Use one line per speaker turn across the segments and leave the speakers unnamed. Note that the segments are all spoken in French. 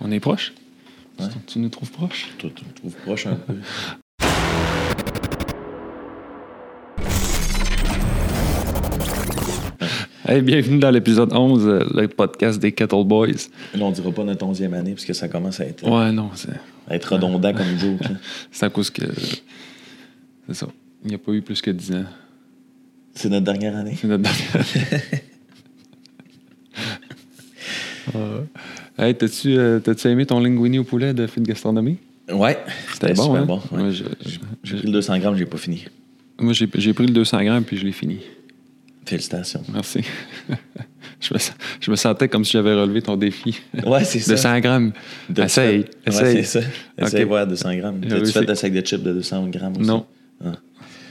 On est proche
Ouais.
Tu- Tu nous trouves proche
Toi, tu me trouves proche un peu.
Hey, bienvenue dans l'épisode 11, euh, le podcast des Kettle Boys.
Là, on dira pas notre onzième année, parce que ça commence à être,
Ouais, non, c'est
à être redondant comme joke. là.
c'est à cause que. C'est ça. Il n'y a pas eu plus que 10 ans.
C'est notre dernière année.
C'est notre dernière. Ouais. Hey, t'as-tu euh, t'as-tu aimé ton linguini au poulet de Fit Gastronomie?
Ouais, c'était bon. Super
hein?
bon ouais.
Ouais, je- je-
J'ai pris le 200 grammes, j'ai pas fini.
Moi, j'ai j'ai pris le 200 grammes puis je l'ai fini.
Félicitations.
Merci. je, me, sens- je me sentais comme si j'avais relevé ton défi.
Ouais, c'est ça.
200 grammes.
De-
Essaye.
Ouais,
Essaye.
c'est ça. Essaye,
Ok.
ouais, 200 grammes.
Euh,
T'as-tu
oui,
fait
c'est-
le sac de chips de 200 grammes aussi?
Non.
Ah.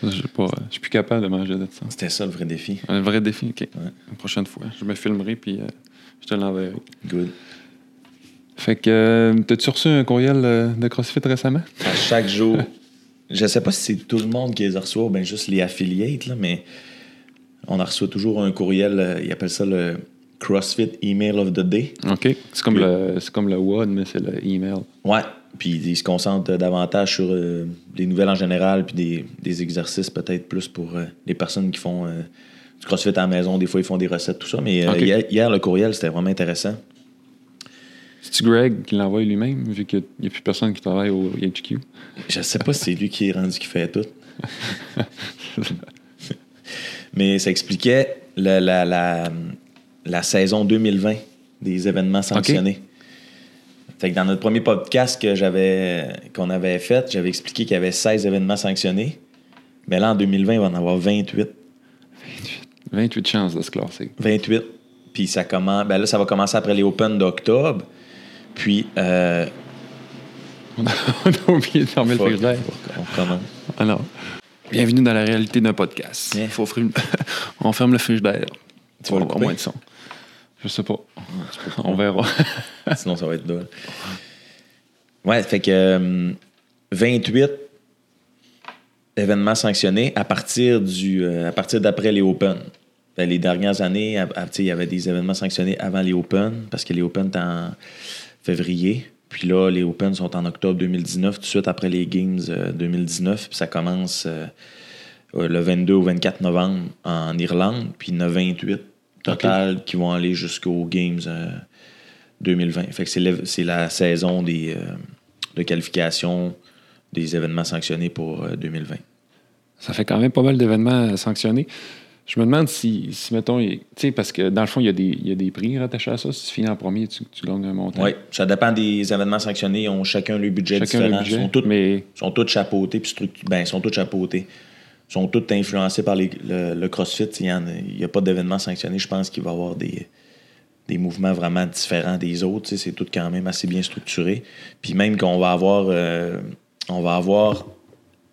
Je sais pas, euh, je suis plus capable de manger de ça.
C'était ça le vrai défi.
Un vrai défi, OK.
Ouais.
La prochaine fois, je me filmerai puis euh, je te l'enverrai.
Good.
Fait que, euh, t'as-tu reçu un courriel euh, de CrossFit récemment?
À chaque jour, je sais pas si c'est tout le monde qui les reçoit ou bien juste les affiliates, là, mais on en reçoit toujours un courriel, euh, ils appellent ça le CrossFit Email of the Day.
OK. C'est comme,
Oui.
le, c'est comme le WOD, mais c'est le email.
Ouais. Puis ils se concentrent euh, davantage sur euh, les nouvelles en général, puis des, des exercices peut-être plus pour euh, les personnes qui font euh, du CrossFit à la maison. Des fois, ils font des recettes, tout ça. Mais euh,
Ok.
hier, hier, le courriel, c'était vraiment intéressant.
C'est-tu Greg qui l'envoie lui-même, vu qu'il n'y a plus personne qui travaille au HQ?
Je sais pas si c'est lui qui est rendu qui fait tout. Mais ça expliquait la, la, la, la saison 2020 des événements sanctionnés. Fait que dans notre premier podcast que j'avais qu'on avait fait, j'avais expliqué qu'il y avait 16 événements sanctionnés. Mais là, en 2020, il va en avoir 28.
28 chances de se classer.
28. Puis ça commence. Ben là, ça va commencer après les Open d'octobre. Puis. Euh,
On a, on a oublié de fermer le
faut-
frigidaire.
faut- on recommence.
Alors, bienvenue dans la réalité d'un podcast.
Bien.
Faut fri- on ferme le frigidaire.
Tu vas le
On va
couper?
moins de son. Je sais pas. On verra.
Sinon, ça va être drôle. Ouais, fait que euh, 28 événements sanctionnés à partir du euh, à partir d'après les Open. Ben, les dernières années, à- à- tu sais, il y avait des événements sanctionnés avant les Open parce que les Open étaient en février. Puis là, les Open sont en octobre 2019, tout de suite après les Games euh, 2019. Puis ça commence euh, euh, le 22 au 24 novembre en Irlande. Puis il y en a 28 total qui vont aller jusqu'aux Games euh, 2020. Fait que c'est le- c'est la saison des, euh, de qualification des événements sanctionnés pour euh, 2020.
Ça fait quand même pas mal d'événements euh, sanctionnés. Je me demande si, si mettons, il- tu sais, parce que dans le fond, il y, a des- il y a des prix rattachés à ça. Si tu finis en premier, tu, tu gagnes un montant.
Oui, ça dépend des événements sanctionnés. Ils ont chacun le budget
Chacun
différent.
le
Ils
budget.
sont tous,
Mais
sont tous chapeautés. Puis structu- ben, ils sont tous chapeautés. Ils sont tous influencés par les- le, le CrossFit. Il n'y a pas d'événements sanctionnés. Je pense qu'il va y avoir des, des mouvements vraiment différents des autres. tu sais. C'est tout quand même assez bien structuré. Puis même qu'on va avoir... euh, on va avoir...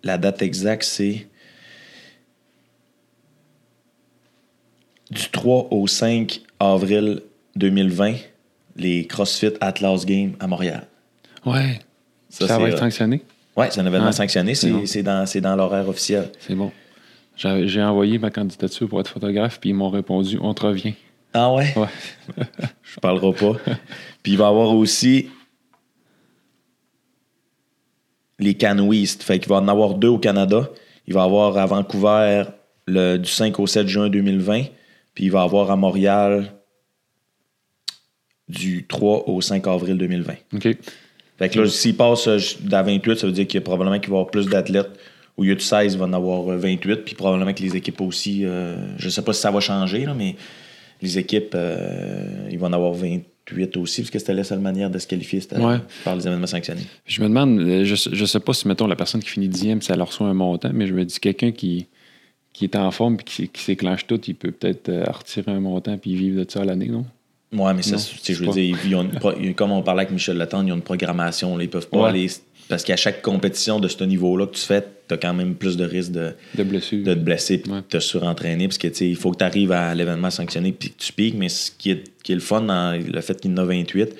La date exacte, c'est... du 3 au 5 avril 2020, les CrossFit Atlas Games à Montréal.
ouais, ça, euh,
Ça, c'est
va être
hot.
sanctionné.
Oui, c'est un événement
Ouais.
sanctionné,
C'est bon.
c'est c'est dans, c'est dans l'horaire officiel.
C'est bon. J'avais- J'ai envoyé ma candidature pour être photographe, puis ils m'ont répondu on te revient.
Ah ouais?
Ouais.
Je parlerai pas. Puis il va y avoir aussi les Canoeist. Fait qu'il va en avoir deux au Canada. Il va y avoir à Vancouver le, du 5 au 7 juin 2020. Puis il va y avoir à Montréal du 3 au 5 avril 2020.
OK.
Fait que là, s'il passe euh, à 28, ça veut dire qu'il y a probablement qu'il va y avoir plus d'athlètes. Au lieu de 16, il va en avoir euh, 28. Puis probablement que les équipes aussi, euh, je sais pas si ça va changer, là, mais les équipes, euh, ils vont en avoir 28 aussi, parce que c'était la seule manière de se qualifier c'était
Ouais.
par les événements sanctionnés.
Je me demande, euh, je, je sais pas si, mettons, la personne qui finit dixième, ça leur reçoit un montant, mais je me dis, quelqu'un qui, qui est en forme et qui, qui s'éclenche tout, il peut peut-être euh, retirer un montant puis vivre de ça à l'année, non?
Ouais, mais ça,
Non,
c'est- tu sais, je
c'est
veux dire, ils ont une pro- ils- comme on parlait avec Michel Lattende, ils ont une programmation. là, ils peuvent pas
Ouais.
aller. Parce qu'à chaque compétition de ce niveau-là que tu fais, tu as quand même plus de risques de,
De blessure.
de te blesser puis
Ouais.
de te surentraîner parce que tu sais, il faut que tu arrives à l'événement sanctionné puis que tu piques mais ce qui est, qui est le fun dans le fait qu'il y en a 28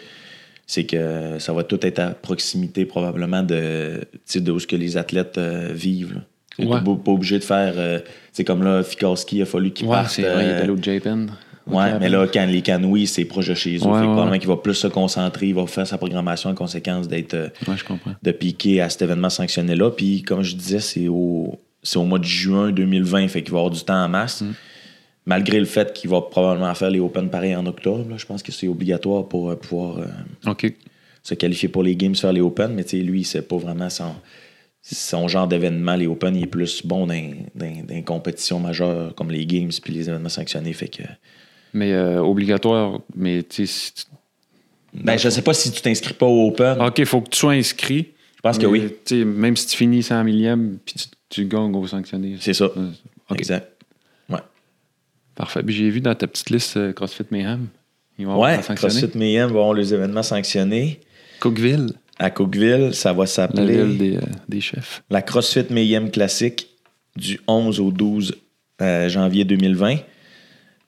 c'est que ça va tout être à proximité probablement de tu sais, de où ce que les athlètes euh, vivent là. T'es
Ouais.
pas, pas obligé de faire euh, tu sais, comme là Fikorski il a fallu qu'il
Ouais,
parte
c'est vrai, il est
euh,
allé au Japan. au
Ouais,
travail.
mais là, quand les canouilles, c'est proche de chez
Ouais,
eux. fait que
ouais,
probablement
ouais.
qu'il va plus se concentrer, il va faire sa programmation en conséquence d'être euh,
Ouais, je comprends.
de piquer à cet événement sanctionné-là. Puis, comme je disais, c'est au, c'est au mois de juin 2020, fait qu'il va avoir du temps en masse. Malgré le fait qu'il va probablement faire les Open Paris en octobre, là, je pense que c'est obligatoire pour euh, pouvoir euh,
OK.
se qualifier pour les Games, faire les Open. Mais tu sais, lui, il sait pas vraiment son, son genre d'événement. Les Open, il est plus bon dans, dans- dans les compétitions majeures comme les Games puis les événements sanctionnés. Fait que.
Mais euh, obligatoire, mais tu sais, si tu-
Ben, je sais pas si tu t'inscris pas au Open.
Ah, OK, il faut que tu sois inscrit.
Je pense que
Mais, euh,
oui.
tu sais, Même si tu finis 100 millième, puis tu, tu gagnes au sanctionné.
C'est ça.
Euh, OK,
Exact.
parfait. Puis j'ai vu dans ta petite liste euh, CrossFit Mayhem. Ils vont
Ouais,
avoir sanctionné.
CrossFit Mayhem va avoir les événements sanctionnés.
Cookville,
À Cookville, ça va
la
s'appeler
ville des, euh, des chefs.
la CrossFit Mayhem Classique du 11 au 12 euh, janvier 2020.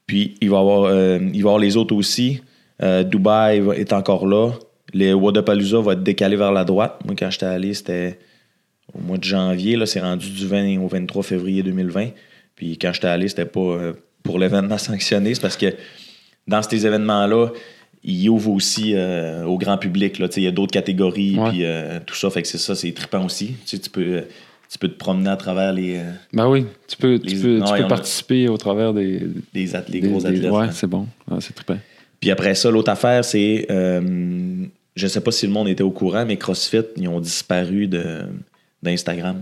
Puis il va y avoir, euh, il va y avoir les autres aussi. Euh, Dubaï va- est encore là. Les Wadapalooza va être décalé vers la droite. Moi, quand j'étais allé, c'était au mois de janvier. Là, c'est rendu du 20 au 23 février 2020. Puis quand j'étais allé, c'était pas euh, pour l'événement sanctionné. C'est parce que dans ces événements-là, ils ouvrent aussi euh, au grand public. là. Tu sais, Il y a d'autres catégories,
Ouais.
puis euh, tout ça. Fait que c'est ça, c'est trippant aussi. Tu, sais, tu peux, euh, tu peux te promener à travers les, euh,
Ben oui, tu peux, tu
Les-
peux, tu
non,
peux
ils ont-
participer au travers des,
les, ath- les
des-
gros
des-
athlètes.
Ouais,
hein.
c'est bon. Ah, c'est trippant.
Puis après ça, l'autre affaire, c'est. euh, je sais pas si le monde était au courant, mais CrossFit, ils ont disparu de- d'Instagram.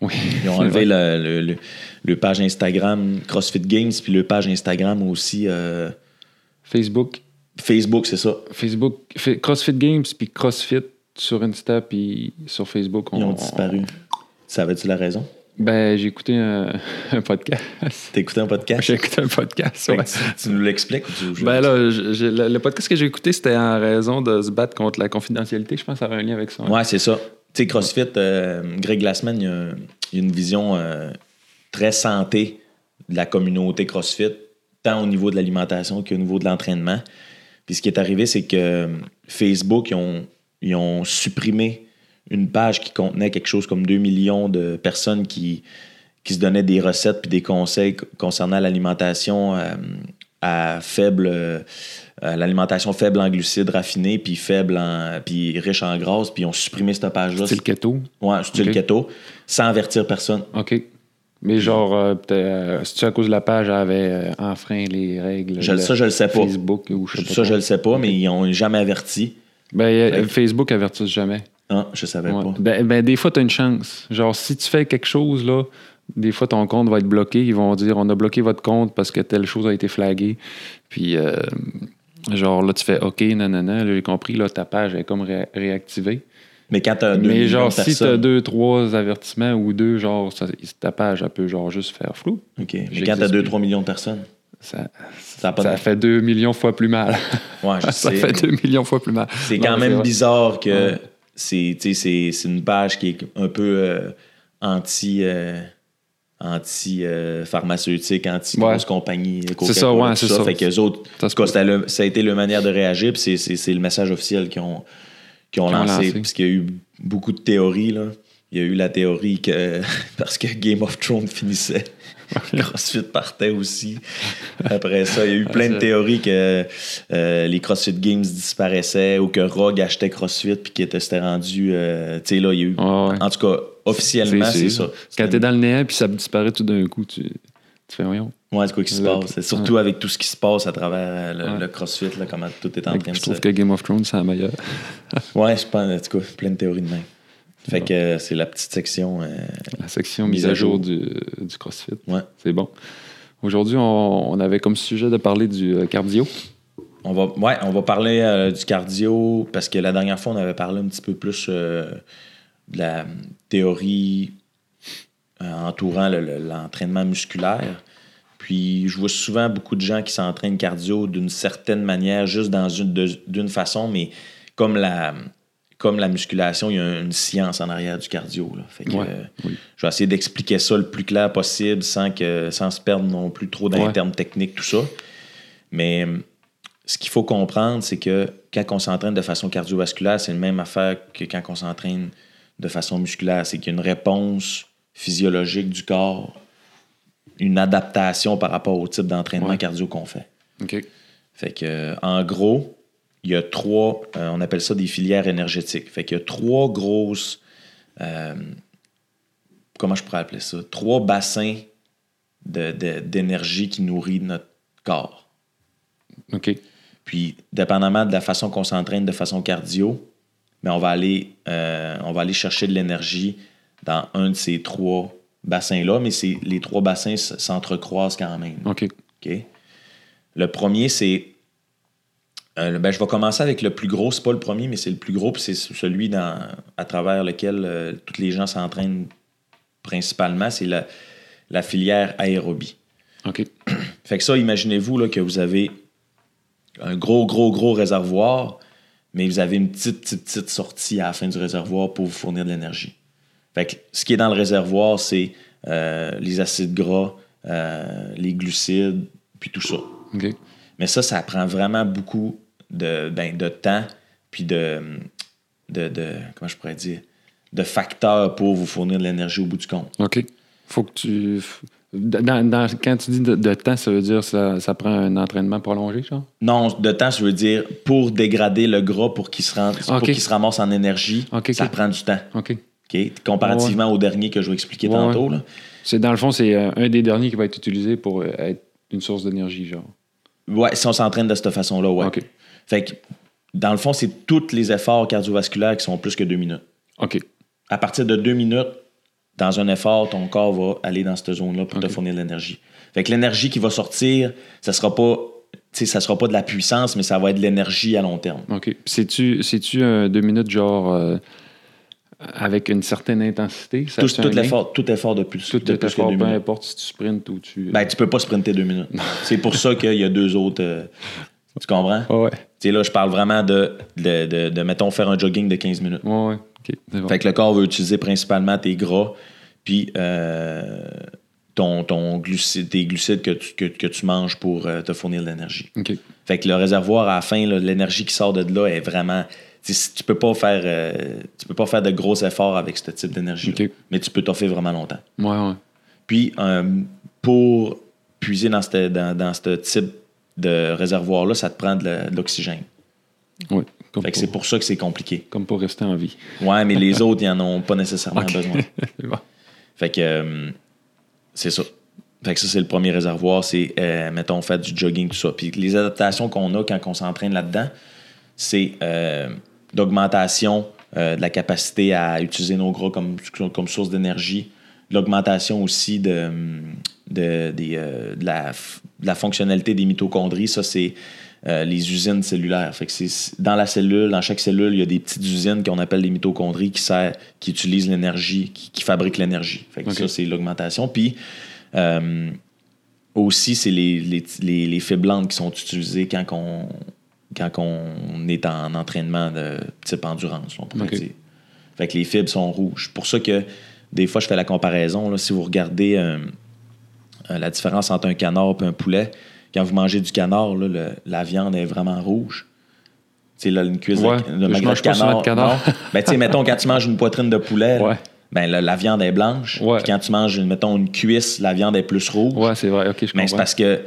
Oui.
Ils ont
c'est
enlevé
vrai.
le, le- le- le page Instagram CrossFit Games, puis le page Instagram aussi euh,
Facebook.
Facebook, c'est ça.
Facebook, Fa- CrossFit Games, puis CrossFit sur Insta, puis sur Facebook.
Ils
on-
ont
on-
disparu. Savais-tu la raison?
Ben, j'ai écouté un, un podcast.
T'as écouté un podcast?
J'ai écouté un podcast,
Fait que
ouais.
tu, tu nous l'expliques ou tu- je-
Ben là, je- je- le, le podcast que j'ai écouté, c'était en raison de se battre contre la confidentialité. Je pense que ça avait un lien avec ça. hein.
Ouais, c'est ça. Tu sais, CrossFit, euh, Greg Glassman, il y a, un- il y a une vision euh, très santé de la communauté CrossFit, tant au niveau de l'alimentation qu'au niveau de l'entraînement. Puis ce qui est arrivé, c'est que euh, Facebook, ils ont, ils ont supprimé une page qui contenait quelque chose comme 2 millions de personnes qui, qui se donnaient des recettes puis des conseils co- concernant l'alimentation euh, à faible euh, euh, l'alimentation faible en glucides raffinés puis faible en puis riche en gras puis ils ont supprimé cette page là
C'est le keto.
ouais style
Ok.
keto sans avertir personne
OK. Mais genre, euh, peut-être, euh, c'est-tu à cause de la page, elle avait euh, enfreint les règles
Je-
de
ça je le sais pas
Facebook ou je sais pas.
ça
quoi.
je le sais pas mais ils ont jamais averti
Ben, euh,
Fait-
Facebook avertisse jamais.
hein, je savais
Ouais.
pas
Ben, ben, des fois, tu as une chance. Genre, si tu fais quelque chose, là, des fois, ton compte va être bloqué. Ils vont dire, on a bloqué votre compte parce que telle chose a été flaguée. Puis, euh, genre, là, tu fais, OK, nanana, là, j'ai compris, là, ta page est comme ré- réactivée.
mais quand t'as 2
Mais
millions
genre,
de
si t'as
personnes-
deux, trois avertissements ou deux, genre, ça- ta page, elle peut genre juste faire flou.
OK. mais
J'existe
quand t'as
plus.
2 3 millions de personnes
Ça,
ça a pas de-
ça fait deux millions fois plus mal.
ouais je
ça
sais
fait
mais-
deux millions fois plus mal.
C'est
Non,
quand
mais
même
vrai.
bizarre que
Ouais.
c'est, tu sais, c'est, c'est une page qui est un peu euh, anti, euh, anti euh, pharmaceutique, anti
Ouais.
grosse compagnie. Coca-Cola,
ça, ouais,
tout
c'est ça.
Fait qu'eux autres,
Ça
en
se
tout
peut.
cas, c'était le- ça a été le manière de réagir, puis c'est, c'est- c'est le message officiel qu'ils ont, qu'ils ont
Qu'ils ont
lancé,
lancé.
Parce qu'il y a eu beaucoup de théories, là. Il y a eu la théorie que parce que Game of Thrones finissait, CrossFit partait aussi. Après ça, il y a eu plein de
c'est-
théories que euh, les CrossFit Games disparaissaient ou que Rogue achetait CrossFit puis qu'il était c'était rendu. euh, tu sais, là, il y a eu.
Ouais, ouais.
En tout cas, officiellement,
C'est-
c'est
c'est-
ça.
Quand t'es dans le néant puis ça disparaît tout d'un coup, tu, tu fais voyons.
Ouais, c'est quoi qui se
Le-
passe. C'est surtout avec tout ce qui se passe à travers euh, le,
Ouais.
le CrossFit, là, comment tout est en
Fait que
train de
Je
se.
trouve que Game of Thrones, c'est la meilleure.
Ouais, je pense, en tout cas, plein de théories de même. Fait que euh, c'est la petite section. euh,
La section mise à jour du, du CrossFit.
Ouais.
C'est bon. Aujourd'hui, on, on avait comme sujet de parler du euh, cardio.
On va, ouais, on va parler euh, du cardio parce que la dernière fois, on avait parlé un petit peu plus euh, de la théorie euh, entourant le- le- l'entraînement musculaire. Puis, je vois souvent beaucoup de gens qui s'entraînent cardio d'une certaine manière, juste dans une, de- d'une façon, mais comme la, comme la musculation, il y a une science en arrière du cardio. là. Fait que,
Ouais,
euh,
oui.
Je vais essayer d'expliquer ça le plus clair possible sans, que, sans se perdre non plus trop dans les
Ouais.
termes techniques, tout ça. Mais euh, ce qu'il faut comprendre, c'est que quand on s'entraîne de façon cardiovasculaire, c'est la même affaire que quand on s'entraîne de façon musculaire. C'est qu'il y a une réponse physiologique du corps, une adaptation par rapport au type d'entraînement
Ouais.
cardio qu'on fait.
OK.
Fait que, euh, en gros, il y a trois, euh, on appelle ça des filières énergétiques. Fait qu'il y a trois grosses, euh, comment je pourrais appeler ça, trois bassins de- de- d'énergie qui nourrit notre corps.
OK.
Puis, dépendamment de la façon qu'on s'entraîne de façon cardio, mais on va aller, euh, on va aller chercher de l'énergie dans un de ces trois bassins-là, mais c'est- les trois bassins s- s'entrecroisent quand même.
OK.
OK? Le premier, c'est. euh, le- ben, je vais commencer avec le plus gros. C'est pas le premier, mais c'est le plus gros. puis c'est ce- celui dans, à travers lequel euh, toutes les gens s'entraînent principalement. C'est la, la filière aérobie.
OK.
Fait que ça, imaginez-vous là, que vous avez un gros, gros, gros réservoir, mais vous avez une petite, petite, petite sortie à la fin du réservoir pour vous fournir de l'énergie. Fait que ce qui est dans le réservoir, c'est euh, les acides gras, euh, les glucides, puis tout ça.
OK.
Mais ça, ça prend vraiment beaucoup de, ben, de temps, puis de, de, de- Comment je pourrais dire De facteurs pour vous fournir de l'énergie au bout du compte.
OK. Faut que tu. f- dans- dans- quand tu dis de, de temps, ça veut dire que ça, ça prend un entraînement prolongé, genre?
Non, de temps, je veux dire, pour dégrader le gras, pour qu'il se, rend- pour
Ok.
qu'il se ramasse en énergie,
Ok, ok.
ça prend du temps.
OK.
OK? Comparativement au dernier que je vais expliquer
Ouais,
tantôt. là.
C'est, dans le fond, c'est euh, un des derniers qui va être utilisé pour euh, être une source d'énergie, genre.
Ouais, si on s'entraîne de cette façon-là, ouais.
OK.
Fait que, dans le fond, c'est tous les efforts cardiovasculaires qui sont plus que deux minutes.
OK.
à partir de deux minutes, dans un effort, ton corps va aller dans cette zone-là pour te fournir de l'énergie. Fait que l'énergie qui va sortir, ça sera pas, tu sais, ça sera pas de la puissance, mais ça va être de l'énergie à long terme.
OK. Puis C'est-tu, c'est-tu un deux minutes, genre, euh, avec une certaine intensité? Ça
Tout,
a-tu
tout
un lien?
effort, tout effort de plus,
Tout
de
est
plus que
effort,
deux
peu
minutes.
importe si tu sprintes ou tu. euh,
Ben, tu peux pas sprinter deux minutes. C'est pour ça qu'il y a deux autres. euh, tu comprends?
Ah ouais.
Tu sais, là, je parle vraiment de, de, de- de, mettons, faire un jogging de 15 minutes.
Ouais, ouais. OK. C'est bon.
Fait que le corps veut utiliser principalement tes gras, puis euh, ton, ton glucide, tes glucides que tu, que, que tu manges pour euh, te fournir de l'énergie.
OK.
Fait que le réservoir à la fin, là, l'énergie qui sort de là est vraiment. tu sais, si Tu peux pas faire euh, tu peux pas faire de gros efforts avec ce type d'énergie,
Ok.
mais tu peux toffer vraiment longtemps.
Ouais, ouais.
Puis euh, pour puiser dans ce dans, dans ce type de réservoir là, ça te prend de la- de l'oxygène.
Ouais. Comme,
Fait que c'est
pour,
pour ça que c'est compliqué.
comme pour rester en vie.
Ouais, mais les autres ils en ont pas nécessairement
Ok.
besoin.
C'est bon.
Fait que euh, c'est ça. Fait que ça, c'est le premier réservoir, c'est, euh, mettons, faire du jogging, tout ça. Puis les adaptations qu'on a quand on s'entraîne là-dedans, c'est euh, d'augmentation euh, de la capacité à utiliser nos gras comme, comme source d'énergie, l'augmentation aussi de, hum, de, des, euh, de la, f- de la fonctionnalité des mitochondries. Ça, c'est euh, les usines cellulaires. Fait que c'est dans la cellule, dans chaque cellule, il y a des petites usines qu'on appelle les mitochondries qui, servent- qui utilisent l'énergie, qui, qui fabriquent l'énergie. Fait que
Ok.
Ça, c'est l'augmentation. Puis euh, aussi, c'est les, les, les, les fibres lentes qui sont utilisées quand on, quand on est en entraînement de type endurance, on pourrait
Ok.
dire. Fait que les fibres sont rouges. Pour ça que des fois, je fais la comparaison. là, si vous regardez euh, euh, la différence entre un canard et un poulet, quand vous mangez du canard, là, le- la viande est vraiment rouge. Tu sais, là, une cuisse
Ouais.
de,
Je
magret
mange pas souvent de canard.
non. Ben, tu sais, mettons, quand tu manges une poitrine de poulet, là,
Ouais.
ben, la, la viande est blanche.
Ouais.
Puis quand tu manges, mettons, une cuisse, la viande est plus rouge.
Ouais, c'est vrai. OK, je
Mais c'est
comprends.
parce que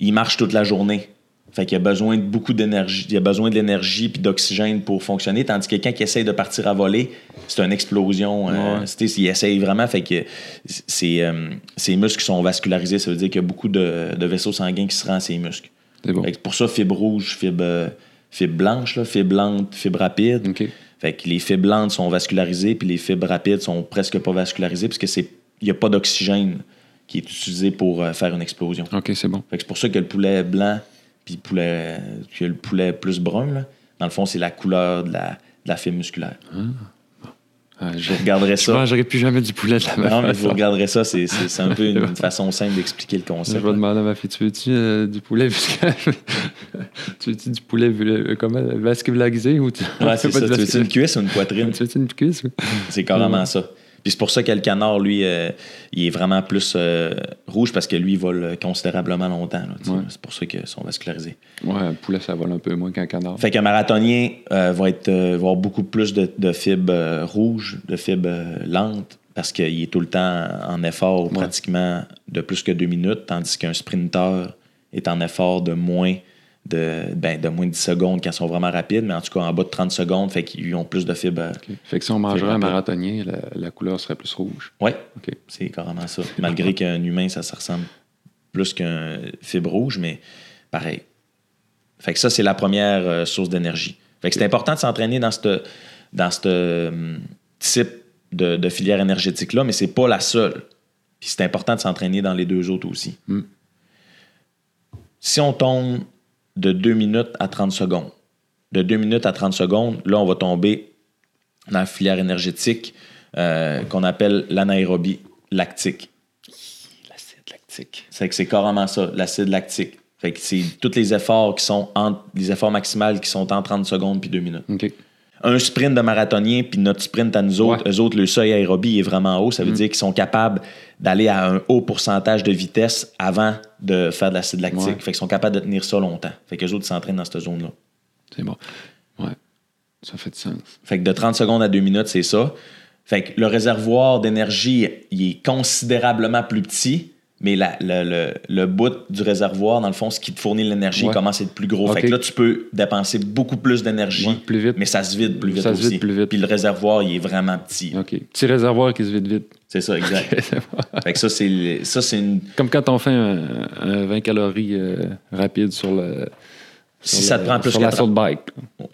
il marche toute la journée. Fait qu'il a besoin de beaucoup d'énergie, il a besoin de l'énergie puis d'oxygène pour fonctionner, tandis que quelqu'un qui essaye de partir à voler, c'est une explosion. euh,
Ouais.
c'est- il essaye vraiment, fait que ses, euh, ses muscles sont vascularisés, ça veut dire qu'il y a beaucoup de, de vaisseaux sanguins qui se rendent à ses muscles.
C'est bon.
Fait que pour ça, fibre rouge, fibre, euh, fibre blanche, là, fibre lente, fibre rapide.
OK.
Fait que les fibres lentes sont vascularisées, puis les fibres rapides sont presque pas vascularisées, parce que c'est il n'y a pas d'oxygène qui est utilisé pour euh, faire une explosion.
OK, c'est bon.
Fait que c'est pour ça que le poulet blanc, puis le poulet, que le poulet plus brun, là, dans le fond, c'est la couleur de la, de la fibre musculaire.
Ah, je
Vous regarderez
je
ça.
mangerai plus jamais du poulet de la même
Non, mais
façon.
vous regarderez ça, c'est- c'est c'est un peu une, une façon simple d'expliquer le
Je
concept.
vais demander à ma fille, tu veux-tu euh, du poulet vasculaire- Tu veux-tu du poulet euh, comment, vascularisé ou tu
Ouais, c'est
pas du
ça. Tu veux-tu une
vasculaire-
cuisse ou une poitrine?
Tu veux-tu une cuisse? ou-
C'est carrément ça. Puis c'est pour ça que le canard, lui, euh, il est vraiment plus euh, rouge parce que lui, il vole considérablement longtemps. là, tu sais.
Ouais.
C'est pour ça qu'ils sont vascularisés.
Ouais, un poulet, ça vole un peu moins qu'un canard.
Fait qu'un marathonien euh, va, être, euh, va avoir beaucoup plus de, de fibres euh, rouges, de fibres euh, lentes, parce qu'il est tout le temps en effort pratiquement de plus que deux minutes, tandis qu'un sprinteur est en effort de moins de, ben, de moins de 10 secondes quand ils sont vraiment rapides, mais en tout cas en bas de 30 secondes, fait qu'ils ont plus de fibres. euh,
OK. Fait que si on mangerait
C'est
un
rapide.
marathonien, la, la couleur serait plus rouge.
Ouais,
OK.
c'est carrément ça. Malgré qu'un humain, ça se ressemble plus qu'un fibre rouge, mais pareil. Fait que ça, c'est la première euh, source d'énergie. Fait que c'est important de s'entraîner dans ce dans cette, euh, type de, de filière énergétique-là, mais c'est pas la seule. Puis c'est important de s'entraîner dans les deux autres aussi.
Mm.
Si on tombe de 2 minutes à 30 secondes, de 2 minutes à 30 secondes, là, on va tomber dans la filière énergétique euh, qu'on appelle l'anaérobie lactique.
L'acide lactique.
C'est que c'est carrément ça, l'acide lactique. Fait que c'est tous les efforts qui sont entre, les efforts maximales qui sont en 30 secondes puis 2 minutes.
OK.
Un sprint de marathonien puis notre sprint à nous autres,
Ouais. Mm.
eux autres, le seuil aérobie est vraiment haut. Ça veut dire qu'ils sont capables d'aller à un haut pourcentage de vitesse avant de faire de l'acide lactique.
Ouais.
Fait qu'ils sont capables de tenir ça longtemps. Fait qu'eux autres ils s'entraînent dans cette zone-là.
C'est bon. Ouais. Ça fait du sens.
Fait que de 30 secondes à 2 minutes, c'est ça. Fait que le réservoir d'énergie, il est considérablement plus petit, mais la- le, le- le bout du réservoir, dans le fond, ce qui te fournit l'énergie,
Ouais.
commence à être plus gros. Fait
Ok.
que là, tu peux dépenser beaucoup plus d'énergie,
Ouais, plus vite.
mais ça se vide plus vite
Ça se
aussi.
vide plus vite.
Puis le réservoir, il est vraiment petit.
OK. Petit réservoir qui se vide vite.
C'est ça, exact. fait que ça, c'est le- ça, c'est une...
Comme quand on fait un, un 20 calories euh, rapide sur le.
Si
sur
ça
le-
te prend plus
Sur
que
la
30,
saute bike.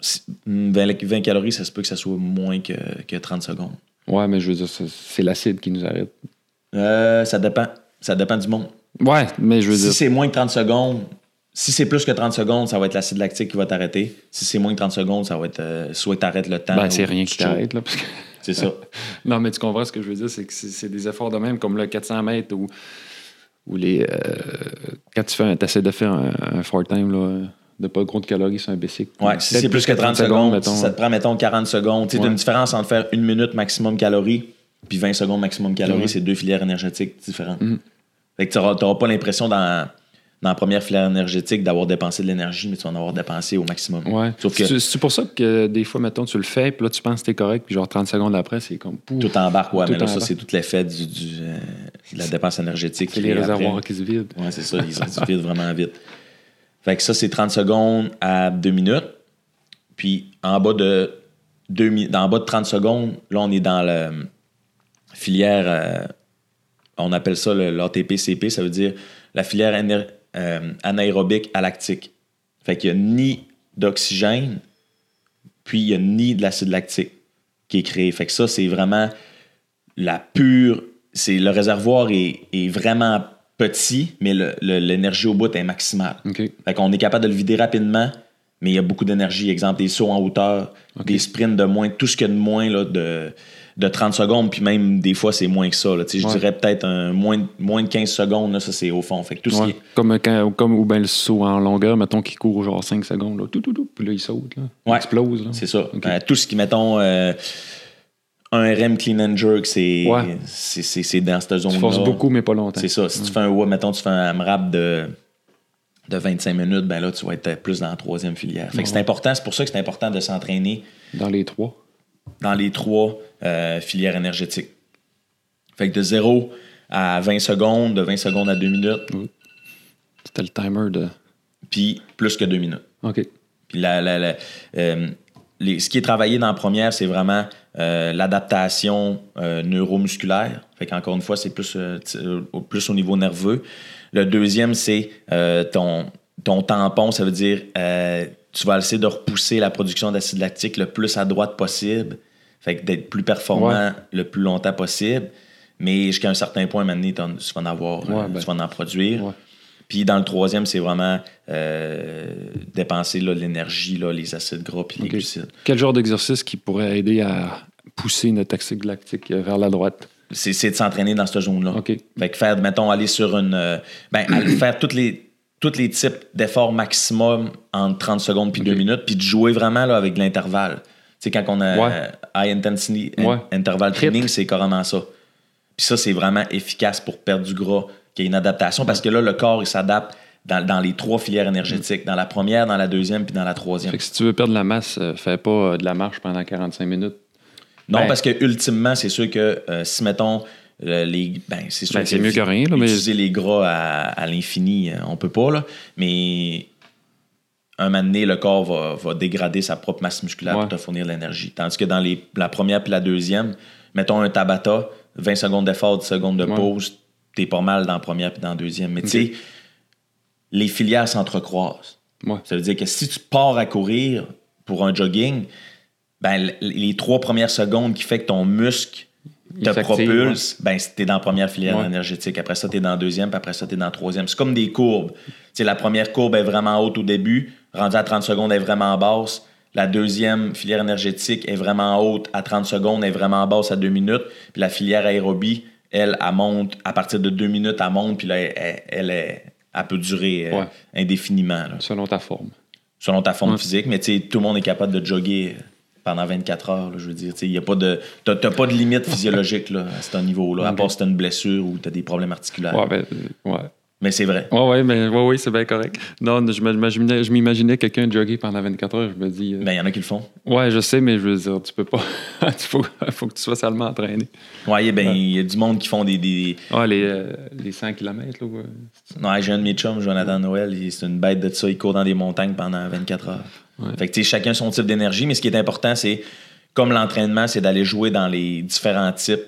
si- 20, 20 calories, ça se peut que ça soit moins que, que 30 secondes.
Ouais, mais je veux dire, c'est- c'est l'acide qui nous arrête.
Euh, ça dépend. Ça dépend du monde.
Ouais, mais je veux
Si
dire.
c'est moins que 30 secondes, si c'est plus que 30 secondes, ça va être l'acide lactique qui va t'arrêter. Si c'est moins que 30 secondes, ça va être euh, soit tu arrêtes le temps.
Ben, c'est
ou
rien
tu
qui
te chauffes.
t'arrête, là. parce que-
C'est ça.
Non, mais tu comprends ce que je veux dire, c'est que c'est- c'est des efforts de même, comme le 400 mètres ou, ou les. euh, quand tu fais un, essaies de faire un, un four time, là, de pas gros de calories sur un bicycle.
Ouais, si c'est plus que 30 secondes,
mettons,
si ça te prend, mettons, 40 secondes. Tu sais,
Ouais.
d'une différence entre faire une minute maximum calories puis 20 secondes maximum calories,
Ouais.
c'est deux filières énergétiques différentes.
Mhm.
Fait que tu n'auras pas l'impression dans, dans la première filière énergétique d'avoir dépensé de l'énergie, mais tu vas en avoir dépensé au maximum.
Ouais.
Sauf que-
C'est- C'est pour ça que des fois, mettons, tu le fais, puis là, tu penses que t'es correct, puis genre 30 secondes après, c'est comme. pouf,
Tout embarque, ouais,
Tout
mais là, ça,
embarque.
c'est tout l'effet du, du, euh, de la dépense énergétique.
c'est
qui
les
est après.
réservoirs qui se vident.
Ouais, c'est ça, ils se vident vraiment vite. Fait que ça, c'est 30 secondes à 2 minutes. Puis en bas de, deux mi- en bas de 30 secondes, là, on est dans la filière, euh, on appelle ça l'ATP-CP, ça veut dire la filière éner- euh, anaérobique à lactique. Fait qu'il n'y a ni d'oxygène, puis il n'y a ni de l'acide lactique qui est créé. Fait que ça, c'est vraiment la pure. C'est le réservoir est, est vraiment petit, mais le- le- l'énergie au bout est maximale.
OK.
Fait qu'on est capable de le vider rapidement, mais il y a beaucoup d'énergie. Exemple, des sauts en hauteur, des sprints de moins, tout ce qu'il y a de moins là, de, de 30 secondes, puis même des fois, c'est moins que ça. là. Tu sais, Je
Ouais.
dirais peut-être un moins, de- moins de 15 secondes, là, ça c'est au fond. Fait que tout ce
Ouais.
qui est-
Comme, quand, comme ou ben le saut en longueur, mettons, qui court genre 5 secondes, là, tout, tout, tout, puis là, il saute, là. Il
Ouais.
explose, là.
C'est ça.
OK.
Euh, tout ce qui, mettons, euh, un RM clean and jerk, c'est
Ouais.
c'est- c'est- c'est dans cette zone-là.
Tu forces beaucoup, mais pas longtemps.
C'est ça. Si tu fais un ouais, mettons, tu fais un AMRAP de, de 25 minutes, ben là, tu vas être plus dans la troisième filière. Fait que c'est important, c'est pour ça que c'est important de s'entraîner
Dans les trois.
dans les trois euh, filières énergétiques. Fait que de 0 à 20 secondes, de 20 secondes à 2 minutes,
C'était le timer de.
puis plus que 2 minutes.
OK.
Puis la- la- la- euh, les- ce qui est travaillé dans la première, c'est vraiment euh, l'adaptation euh, neuromusculaire. Fait qu'encore une fois, c'est plus, euh, t- euh, au- plus au niveau nerveux. Le deuxième, c'est euh, ton, ton tampon, ça veut dire euh, tu vas essayer de repousser la production d'acide lactique le plus à droite possible. Fait que d'être plus performant
Ouais.
le plus longtemps possible. Mais jusqu'à un certain point, maintenant, t'en- tu vas en avoir, euh,
Ouais, ben.
tu vas en produire.
Ouais.
Puis dans le troisième, c'est vraiment euh, dépenser là, de l'énergie, là, les acides gras puis les
Ok.
glucides.
Quel genre d'exercice qui pourrait aider à pousser notre acide lactique vers la droite?
C'est, c'est de s'entraîner dans cette zone-là.
OK.
Fait que faire, mettons, aller sur une. euh, ben, aller faire tous les, toutes les types d'efforts maximum en 30 secondes puis
Ok.
2 minutes, puis de jouer vraiment là, avec de l'intervalle. Tu sais, quand on a
Ouais.
euh, high intensity in-
Ouais.
interval
Hit.
training, c'est carrément ça. Puis ça, c'est vraiment efficace pour perdre du gras, qu'il y ait une adaptation, parce que là, le corps, il s'adapte dans, dans les trois filières énergétiques, dans la première, dans la deuxième, puis dans la troisième.
Mm. Fait que si tu veux perdre de la masse, euh, fais pas euh, de la marche pendant 45 minutes.
Non,
Ben-
parce que ultimement, c'est sûr que euh, si, mettons, Le- les, ben, c'est sûr
Ben, c'est
que
mieux que rien, là, mais-
Utiliser les gras à, à l'infini, euh, on peut pas, là. Mais un moment donné, le corps va, va dégrader sa propre masse musculaire
Ouais.
pour te fournir de l'énergie. Tandis que dans les, la première puis la deuxième, mettons un Tabata, 20 secondes d'effort, 10 secondes de
Ouais.
pause, t'es pas mal dans la première puis dans la deuxième. Mais tu sais, les filières s'entrecroisent.
Ouais.
Ça veut dire que si tu pars à courir pour un jogging, ben, l- les trois premières secondes qui fait que ton muscle
Il
te
s'active,
propulse, ben, c'est- t'es dans la première filière
Ouais.
énergétique. Après ça, t'es dans la deuxième, puis après ça, t'es dans la troisième. C'est comme des courbes. T'sais, la première courbe est vraiment haute au début, rendue à 30 secondes, elle est vraiment basse. La deuxième filière énergétique est vraiment haute à 30 secondes, elle est vraiment basse à 2 minutes. Puis la filière aérobie, elle, elle monte à partir de 2 minutes, elle monte, puis là, elle, elle, elle est- elle peut durer euh,
Ouais.
indéfiniment. là
selon ta forme.
selon ta forme
Ouais.
physique, mais tu sais, tout le monde est capable de jogger pendant 24 heures, là, je veux dire. Tu sais, y a pas de, t'as, t'as pas de limite physiologique là, à ce niveau-là, à
Ok.
part si t'as une blessure ou t'as des problèmes articulaires.
Ouais, ben, euh, ouais.
Mais c'est vrai.
Ouais, ouais, mais ouais, ouais, c'est bien correct. Non, je m'imaginais, je m'imaginais quelqu'un jogger pendant 24 heures. Je me dis, euh,
Ben, il y en a qui le font.
ouais, je sais, mais je veux dire, tu peux pas. Il faut, faut que tu sois salement entraîné.
Ouais, y a- ben, il y a du monde qui font des. des...
Ah, les, euh, les 100 km, là. ouais.
Ouais, j'ai un de mes chums, Jonathan Noël, il- c'est une bête de ça, il court dans des montagnes pendant 24 heures.
Ouais.
Fait que, tu sais, chacun son type d'énergie, mais ce qui est important, c'est, comme l'entraînement, c'est d'aller jouer dans les différents types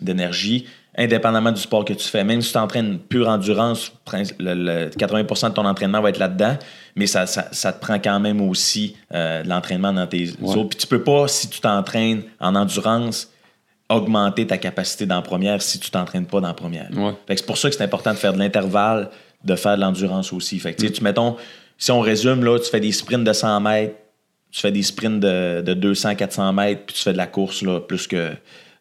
d'énergie, indépendamment du sport que tu fais. Même si tu t'entraînes pure endurance, prin- le- le 80 de ton entraînement va être là-dedans, mais ça, ça- ça te prend quand même aussi euh, de l'entraînement dans tes
Ouais.
autres. Puis tu peux pas, si tu t'entraînes en endurance, augmenter ta capacité dans la première si tu t'entraînes pas dans la première.
Ouais.
Fait que c'est pour ça que c'est important de faire de l'intervalle, de faire de l'endurance aussi. Fait que, tu sais, tu mettons, si on résume, là, tu fais des sprints de 100 mètres, tu fais des sprints de, de 200, 400 mètres, puis tu fais de la course, là, plus que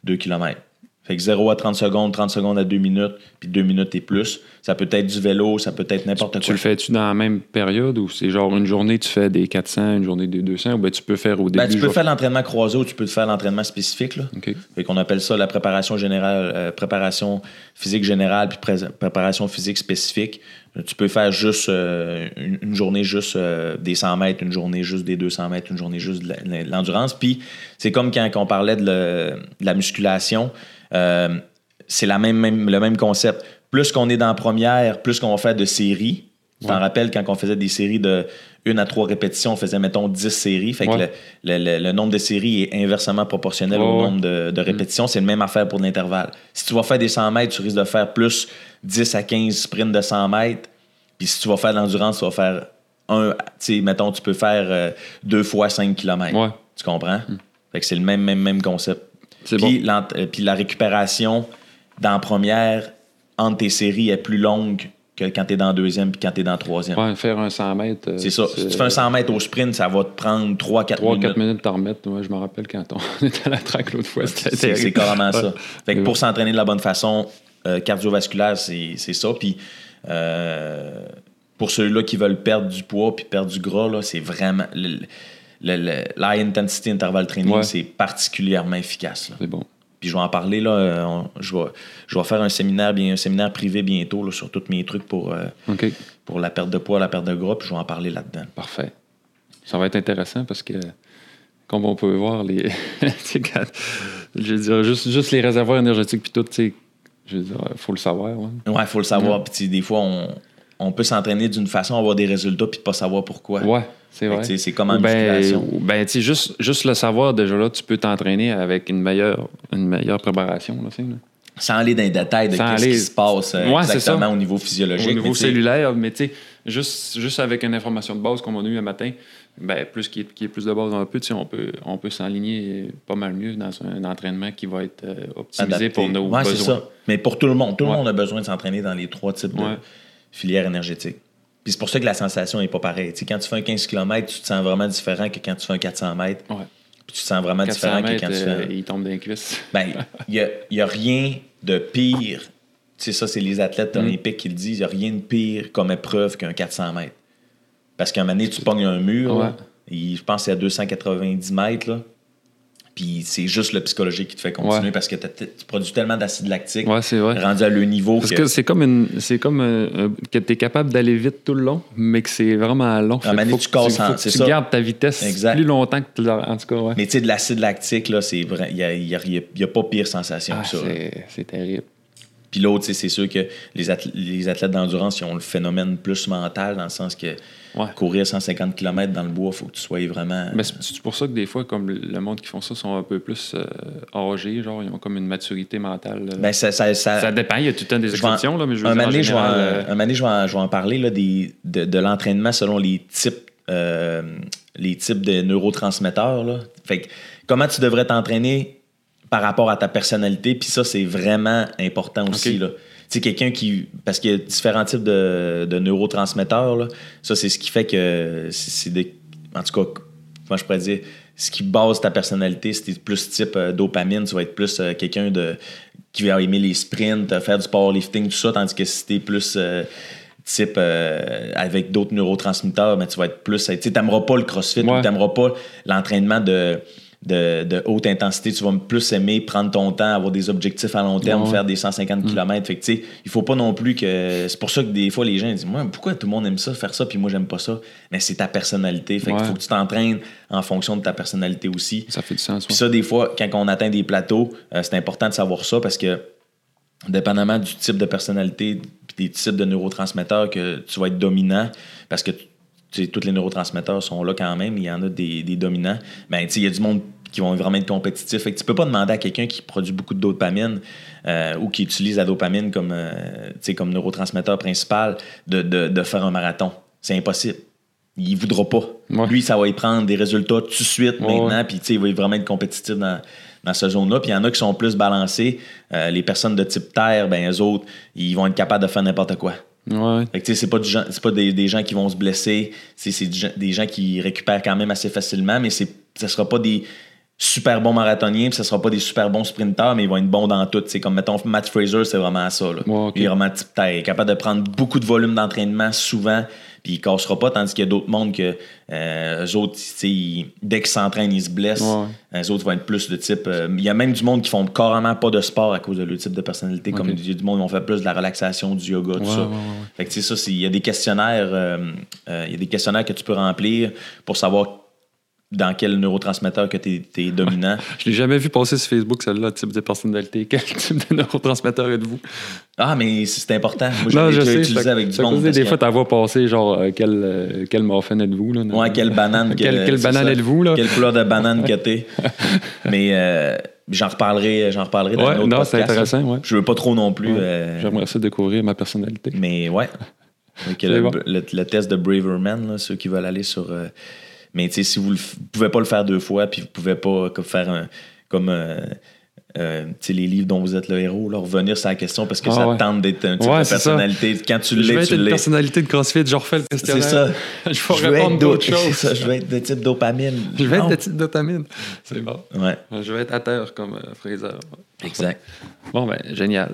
2 km. Fait que 0 à 30 secondes, 30 secondes à 2 minutes, puis 2 minutes et plus. Ça peut être du vélo, ça peut être n'importe quoi.
Tu le fais-tu dans la même période ou c'est genre une journée tu fais des 400, une journée des 200 ou ben tu peux faire au début
Ben, tu peux
genre-
faire l'entraînement croisé ou tu peux te faire l'entraînement spécifique, là.
OK.
Fait qu'on appelle ça la préparation générale, euh, préparation physique générale puis pré- préparation physique spécifique. Euh, Tu peux faire juste euh, une, une journée juste euh, des 100 mètres, une journée juste des 200 mètres, une journée juste de la- de l'endurance. Puis c'est comme quand on parlait de, le- de la musculation, euh, c'est la même, même- le même concept. Plus qu'on est dans la première, plus qu'on va faire de séries. Tu t'en
Ouais.
rappelles quand on faisait des séries de une à trois répétitions, on faisait, mettons, 10 séries. Fait que
Ouais.
le, le- le- le nombre de séries est inversement proportionnel proportionnel
Ouais, Mm.
au
ouais.
nombre de, de répétitions. C'est le même affaire pour de l'intervalle. Si tu vas faire des 100 mètres, tu risques de faire plus 10 à 15 sprints de 100 mètres. Puis si tu vas faire de l'endurance, tu vas faire un. Tu sais, mettons, tu peux faire euh, deux fois 5 km.
Ouais. Mm.
Tu comprends? Fait que c'est le même, même, même concept.
C'est
Puis l'ent- euh, puis la récupération dans la première, entre tes séries, est plus longue que quand tu es dans la deuxième puis quand tu es dans la troisième.
Ouais, faire un 100 mètres. euh,
C'est ça. Si tu fais un 100 mètres au sprint, ça va te prendre 3-4
3
minutes.
4 minutes t'en remettre. Moi, je me rappelle quand on était à la traque l'autre fois, c'était
C'est c'est
terrible.
carrément
Ouais.
ça. Fait que
Mais
pour s'entraîner de la bonne façon, euh, cardiovasculaire, c'est c'est ça. Puis euh, pour ceux-là qui veulent perdre du poids puis perdre du gras, là, c'est vraiment. le- le- le- L'high intensity interval training,
Ouais.
c'est particulièrement efficace. là.
C'est bon.
Puis je vais en parler, là. euh, on- je, vais, je vais faire un séminaire, bien, un séminaire privé bientôt là, sur tous mes trucs pour, euh,
OK.
pour la perte de poids, la perte de gras, puis je vais en parler là-dedans.
Parfait. Ça va être intéressant parce que, comme on peut voir, les. tu sais, quand- je veux dire, juste, juste les réservoirs énergétiques, puis tout, tu sais, je veux dire, faut le savoir. hein. ouais.
Ouais, il faut le savoir.
Mm.
Puis tu sais, des fois, on, on peut s'entraîner d'une façon, avoir des résultats, puis pas savoir pourquoi.
Ouais, c'est
Fait que,
vrai.
tu sais, C'est comme en
Ou ben,
musculation.
ou ben, tu sais, juste, juste le savoir, déjà là, tu peux t'entraîner avec une meilleure, une meilleure préparation, là, tu sais, là.
Sans aller dans les détails de
Sans
ce qui
aller-
se passe euh,
Ouais, c'est
exactement
ça.
au niveau physiologique.
Au
mais
niveau
tu sais,
cellulaire, mais tu sais, juste, juste avec une information de base qu'on a eue un matin, ben, plus qu'il y, ait- qu'il y ait plus de base dans un peu, tu sais, on peut, on peut s'aligner pas mal mieux dans un entraînement qui va être euh, optimisé
adapté.
pour nos
Ouais, c'est
besoins.
ça. Mais pour tout le monde. Tout le
Ouais.
monde a besoin de s'entraîner dans les trois types de
Ouais.
filières énergétiques. Puis c'est pour ça que la sensation n'est pas pareille. Tu sais, quand tu fais un 15 km, tu te sens vraiment différent que quand tu fais un 400 mètres.
Ouais.
Puis tu te sens vraiment
400
différent que
mètres,
quand tu fais un
euh, il tombe dans les cuisses.
Ben, il n'y a, rien de pire. Tu sais, ça, c'est les athlètes
Mm.
olympiques qui le disent. Il n'y a rien de pire comme épreuve qu'un 400 mètres. Parce qu'à un moment donné, tu pognes un mur.
Ouais.
là, et je pense que c'est à 290 mètres. là. Puis c'est juste le psychologique qui te fait continuer
Ouais.
parce que t'as- t'as- tu produis tellement d'acide lactique
Ouais, c'est vrai.
rendu à le niveau
Parce
que,
que c'est comme une, c'est comme euh, euh, que tu es capable d'aller vite tout le long, mais que c'est vraiment long. Fait que
moment donné,
faut
Ah, tu
que
casses en-
faut que
c'est
tu
ça.
gardes ta vitesse
Exact.
plus longtemps que tu l'as- en tout cas. ouais.
Mais tu sais, de l'acide lactique, là, c'est vrai. Il n'y a, il y a- il y a pas pire sensation
Ah,
que ça.
c'est, c'est terrible.
Puis l'autre, c'est- c'est sûr que les, athlè- les athlètes d'endurance, ils ont le phénomène plus mental, dans le sens que
Ouais.
courir 150 km dans le bois, faut que tu sois vraiment.
Mais c'est c'est pour ça que des fois, comme le monde qui font ça sont un peu plus euh, âgés, genre, ils ont comme une maturité mentale. euh.
Ben, ça- ça- ça-
ça dépend, il y a tout le temps des
Je vais en-
exceptions, là, mais je veux
un
dire, en
moment donné, je vais en-
général, euh,
un moment donné, je vais en- je vais en parler là, des, de, de l'entraînement selon les types, euh, les types de neurotransmetteurs. là. Fait que, comment tu devrais t'entraîner par rapport à ta personnalité, puis ça, c'est vraiment important aussi.
Ok.
là. Tu sais, quelqu'un qui. Parce qu'il y a différents types de, de neurotransmetteurs. là. Ça, c'est ce qui fait que. c'est- c'est des- En tout cas, comment je pourrais dire. Ce qui base ta personnalité, si t'es plus type euh, dopamine, tu vas être plus euh, quelqu'un de qui va aimer les sprints, euh, faire du powerlifting, tout ça, tandis que si t'es plus euh, type euh, avec d'autres neurotransmetteurs, mais tu vas être plus. euh, Tu sais, t'aimeras pas le crossfit
Ouais.
ou t'aimeras pas l'entraînement de, de, de haute intensité. Tu vas plus aimer prendre ton temps, avoir des objectifs à long terme,
Ouais. Mm.
faire des 150 km. Fait que tu sais, il faut pas non plus que. C'est pour ça que des fois les gens disent Moi, pourquoi tout le monde aime ça, faire ça, puis moi j'aime pas ça. Mais c'est ta personnalité. Fait
Ouais.
qu'il faut que tu t'entraînes en fonction de ta personnalité aussi.
ça fait du sens. ouais.
Puis ça, des fois, quand on atteint des plateaux, euh, c'est important de savoir ça parce que, dépendamment du type de personnalité puis des types de neurotransmetteurs, que tu vas être dominant parce que tu tu sais, tous les neurotransmetteurs sont là quand même, il y en a des, des dominants. Ben, tu sais, il y a du monde qui vont vraiment être compétitifs. Fait que tu peux pas demander à quelqu'un qui produit beaucoup de dopamine euh, ou qui utilise la dopamine comme, euh, tu sais, comme neurotransmetteur principal de, de- de faire un marathon. C'est impossible. Il voudra pas.
Ouais.
Lui, ça va y prendre des résultats tout de suite,
Ouais,
maintenant,
ouais.
puis tu sais, il va vraiment être compétitif dans, dans cette zone-là. Puis il y en a qui sont plus balancés. Euh, les personnes de type terre, ben eux autres, ils vont être capables de faire n'importe quoi.
Ouais.
Fait que, tu sais, c'est pas, du gen- c'est pas des, des gens qui vont se blesser. C'est, c'est du gen- des gens qui récupèrent quand même assez facilement, mais c'est, ça sera pas des super bons marathoniens, puis ça sera pas des super bons sprinteurs, mais ils vont être bons dans tout. C'est comme, mettons, Matt Fraser, c'est vraiment ça. Là.
Ouais, ok.
Il est vraiment type taille. Il est capable de prendre beaucoup de volume d'entraînement souvent, puis il cassera pas, tandis qu'il y a d'autres mondes que, euh, eux autres, tu sais, ils- dès qu'ils s'entraînent, ils se blessent.
Ouais.
Les autres vont être plus de type. euh, Il y a même du monde qui font carrément pas de sport à cause de leur type de personnalité. Comme il y a du monde qui vont faire plus de la relaxation, du yoga, tout
Ouais,
ça.
ouais, ouais, ouais.
Fait que tu sais, ça, c'est- il y a des questionnaires, euh, euh, il y a des questionnaires que tu peux remplir pour savoir dans quel neurotransmetteur que tu es, dominant.
Je l'ai jamais vu passer sur Facebook, celle-là, type de personnalité. Quel type de neurotransmetteur êtes-vous?
Ah, mais c'est important. Moi,
Non,
l'ai
je
déjà
sais.
utilisé
ça-
avec du
ça
monde.
causait
parce
des
que-
fois, ta voix passer, genre, euh, quel, euh, quel muffin êtes-vous? là, non?
Ouais, quelle banane. que-
Quelle- quelle
c'est
banane
ça.
êtes-vous, là?
Quelle couleur de banane que t'es. mais euh, j'en reparlerai, j'en reparlerai dans
Ouais,
un autre
non, c'est
podcast.
intéressant, ouais.
Je veux pas trop non plus.
Ouais.
euh,
J'aimerais ça découvrir ma personnalité.
Mais ouais. Fait que
C'est
le,
bon.
le- le test de Braverman, là, ceux qui veulent aller sur. euh, mais tu sais, si vous ne pouvez pas le faire deux fois, puis vous pouvez pas euh, comme faire un. Comme. euh, euh, tu sais, les livres dont vous êtes le héros, là, revenir sur la question parce que
Ah
ça
ouais.
te tente d'être un type
Ouais,
de
c'est ça.
personnalité. Quand tu
je vais
l'es,
être
tu
une
l'es.
personnalité de CrossFit, je refais le
C'est
questionnaire.
ça.
Je vais
veux
répondre
être
d'autres
d'autres- c'est
choses.
ça, je vais être de type dopamine.
Je vais être
Non.
de type dopamine. C'est bon.
Ouais,
Je vais être à terre comme euh, Fraser.
exact.
Bon, ben, génial.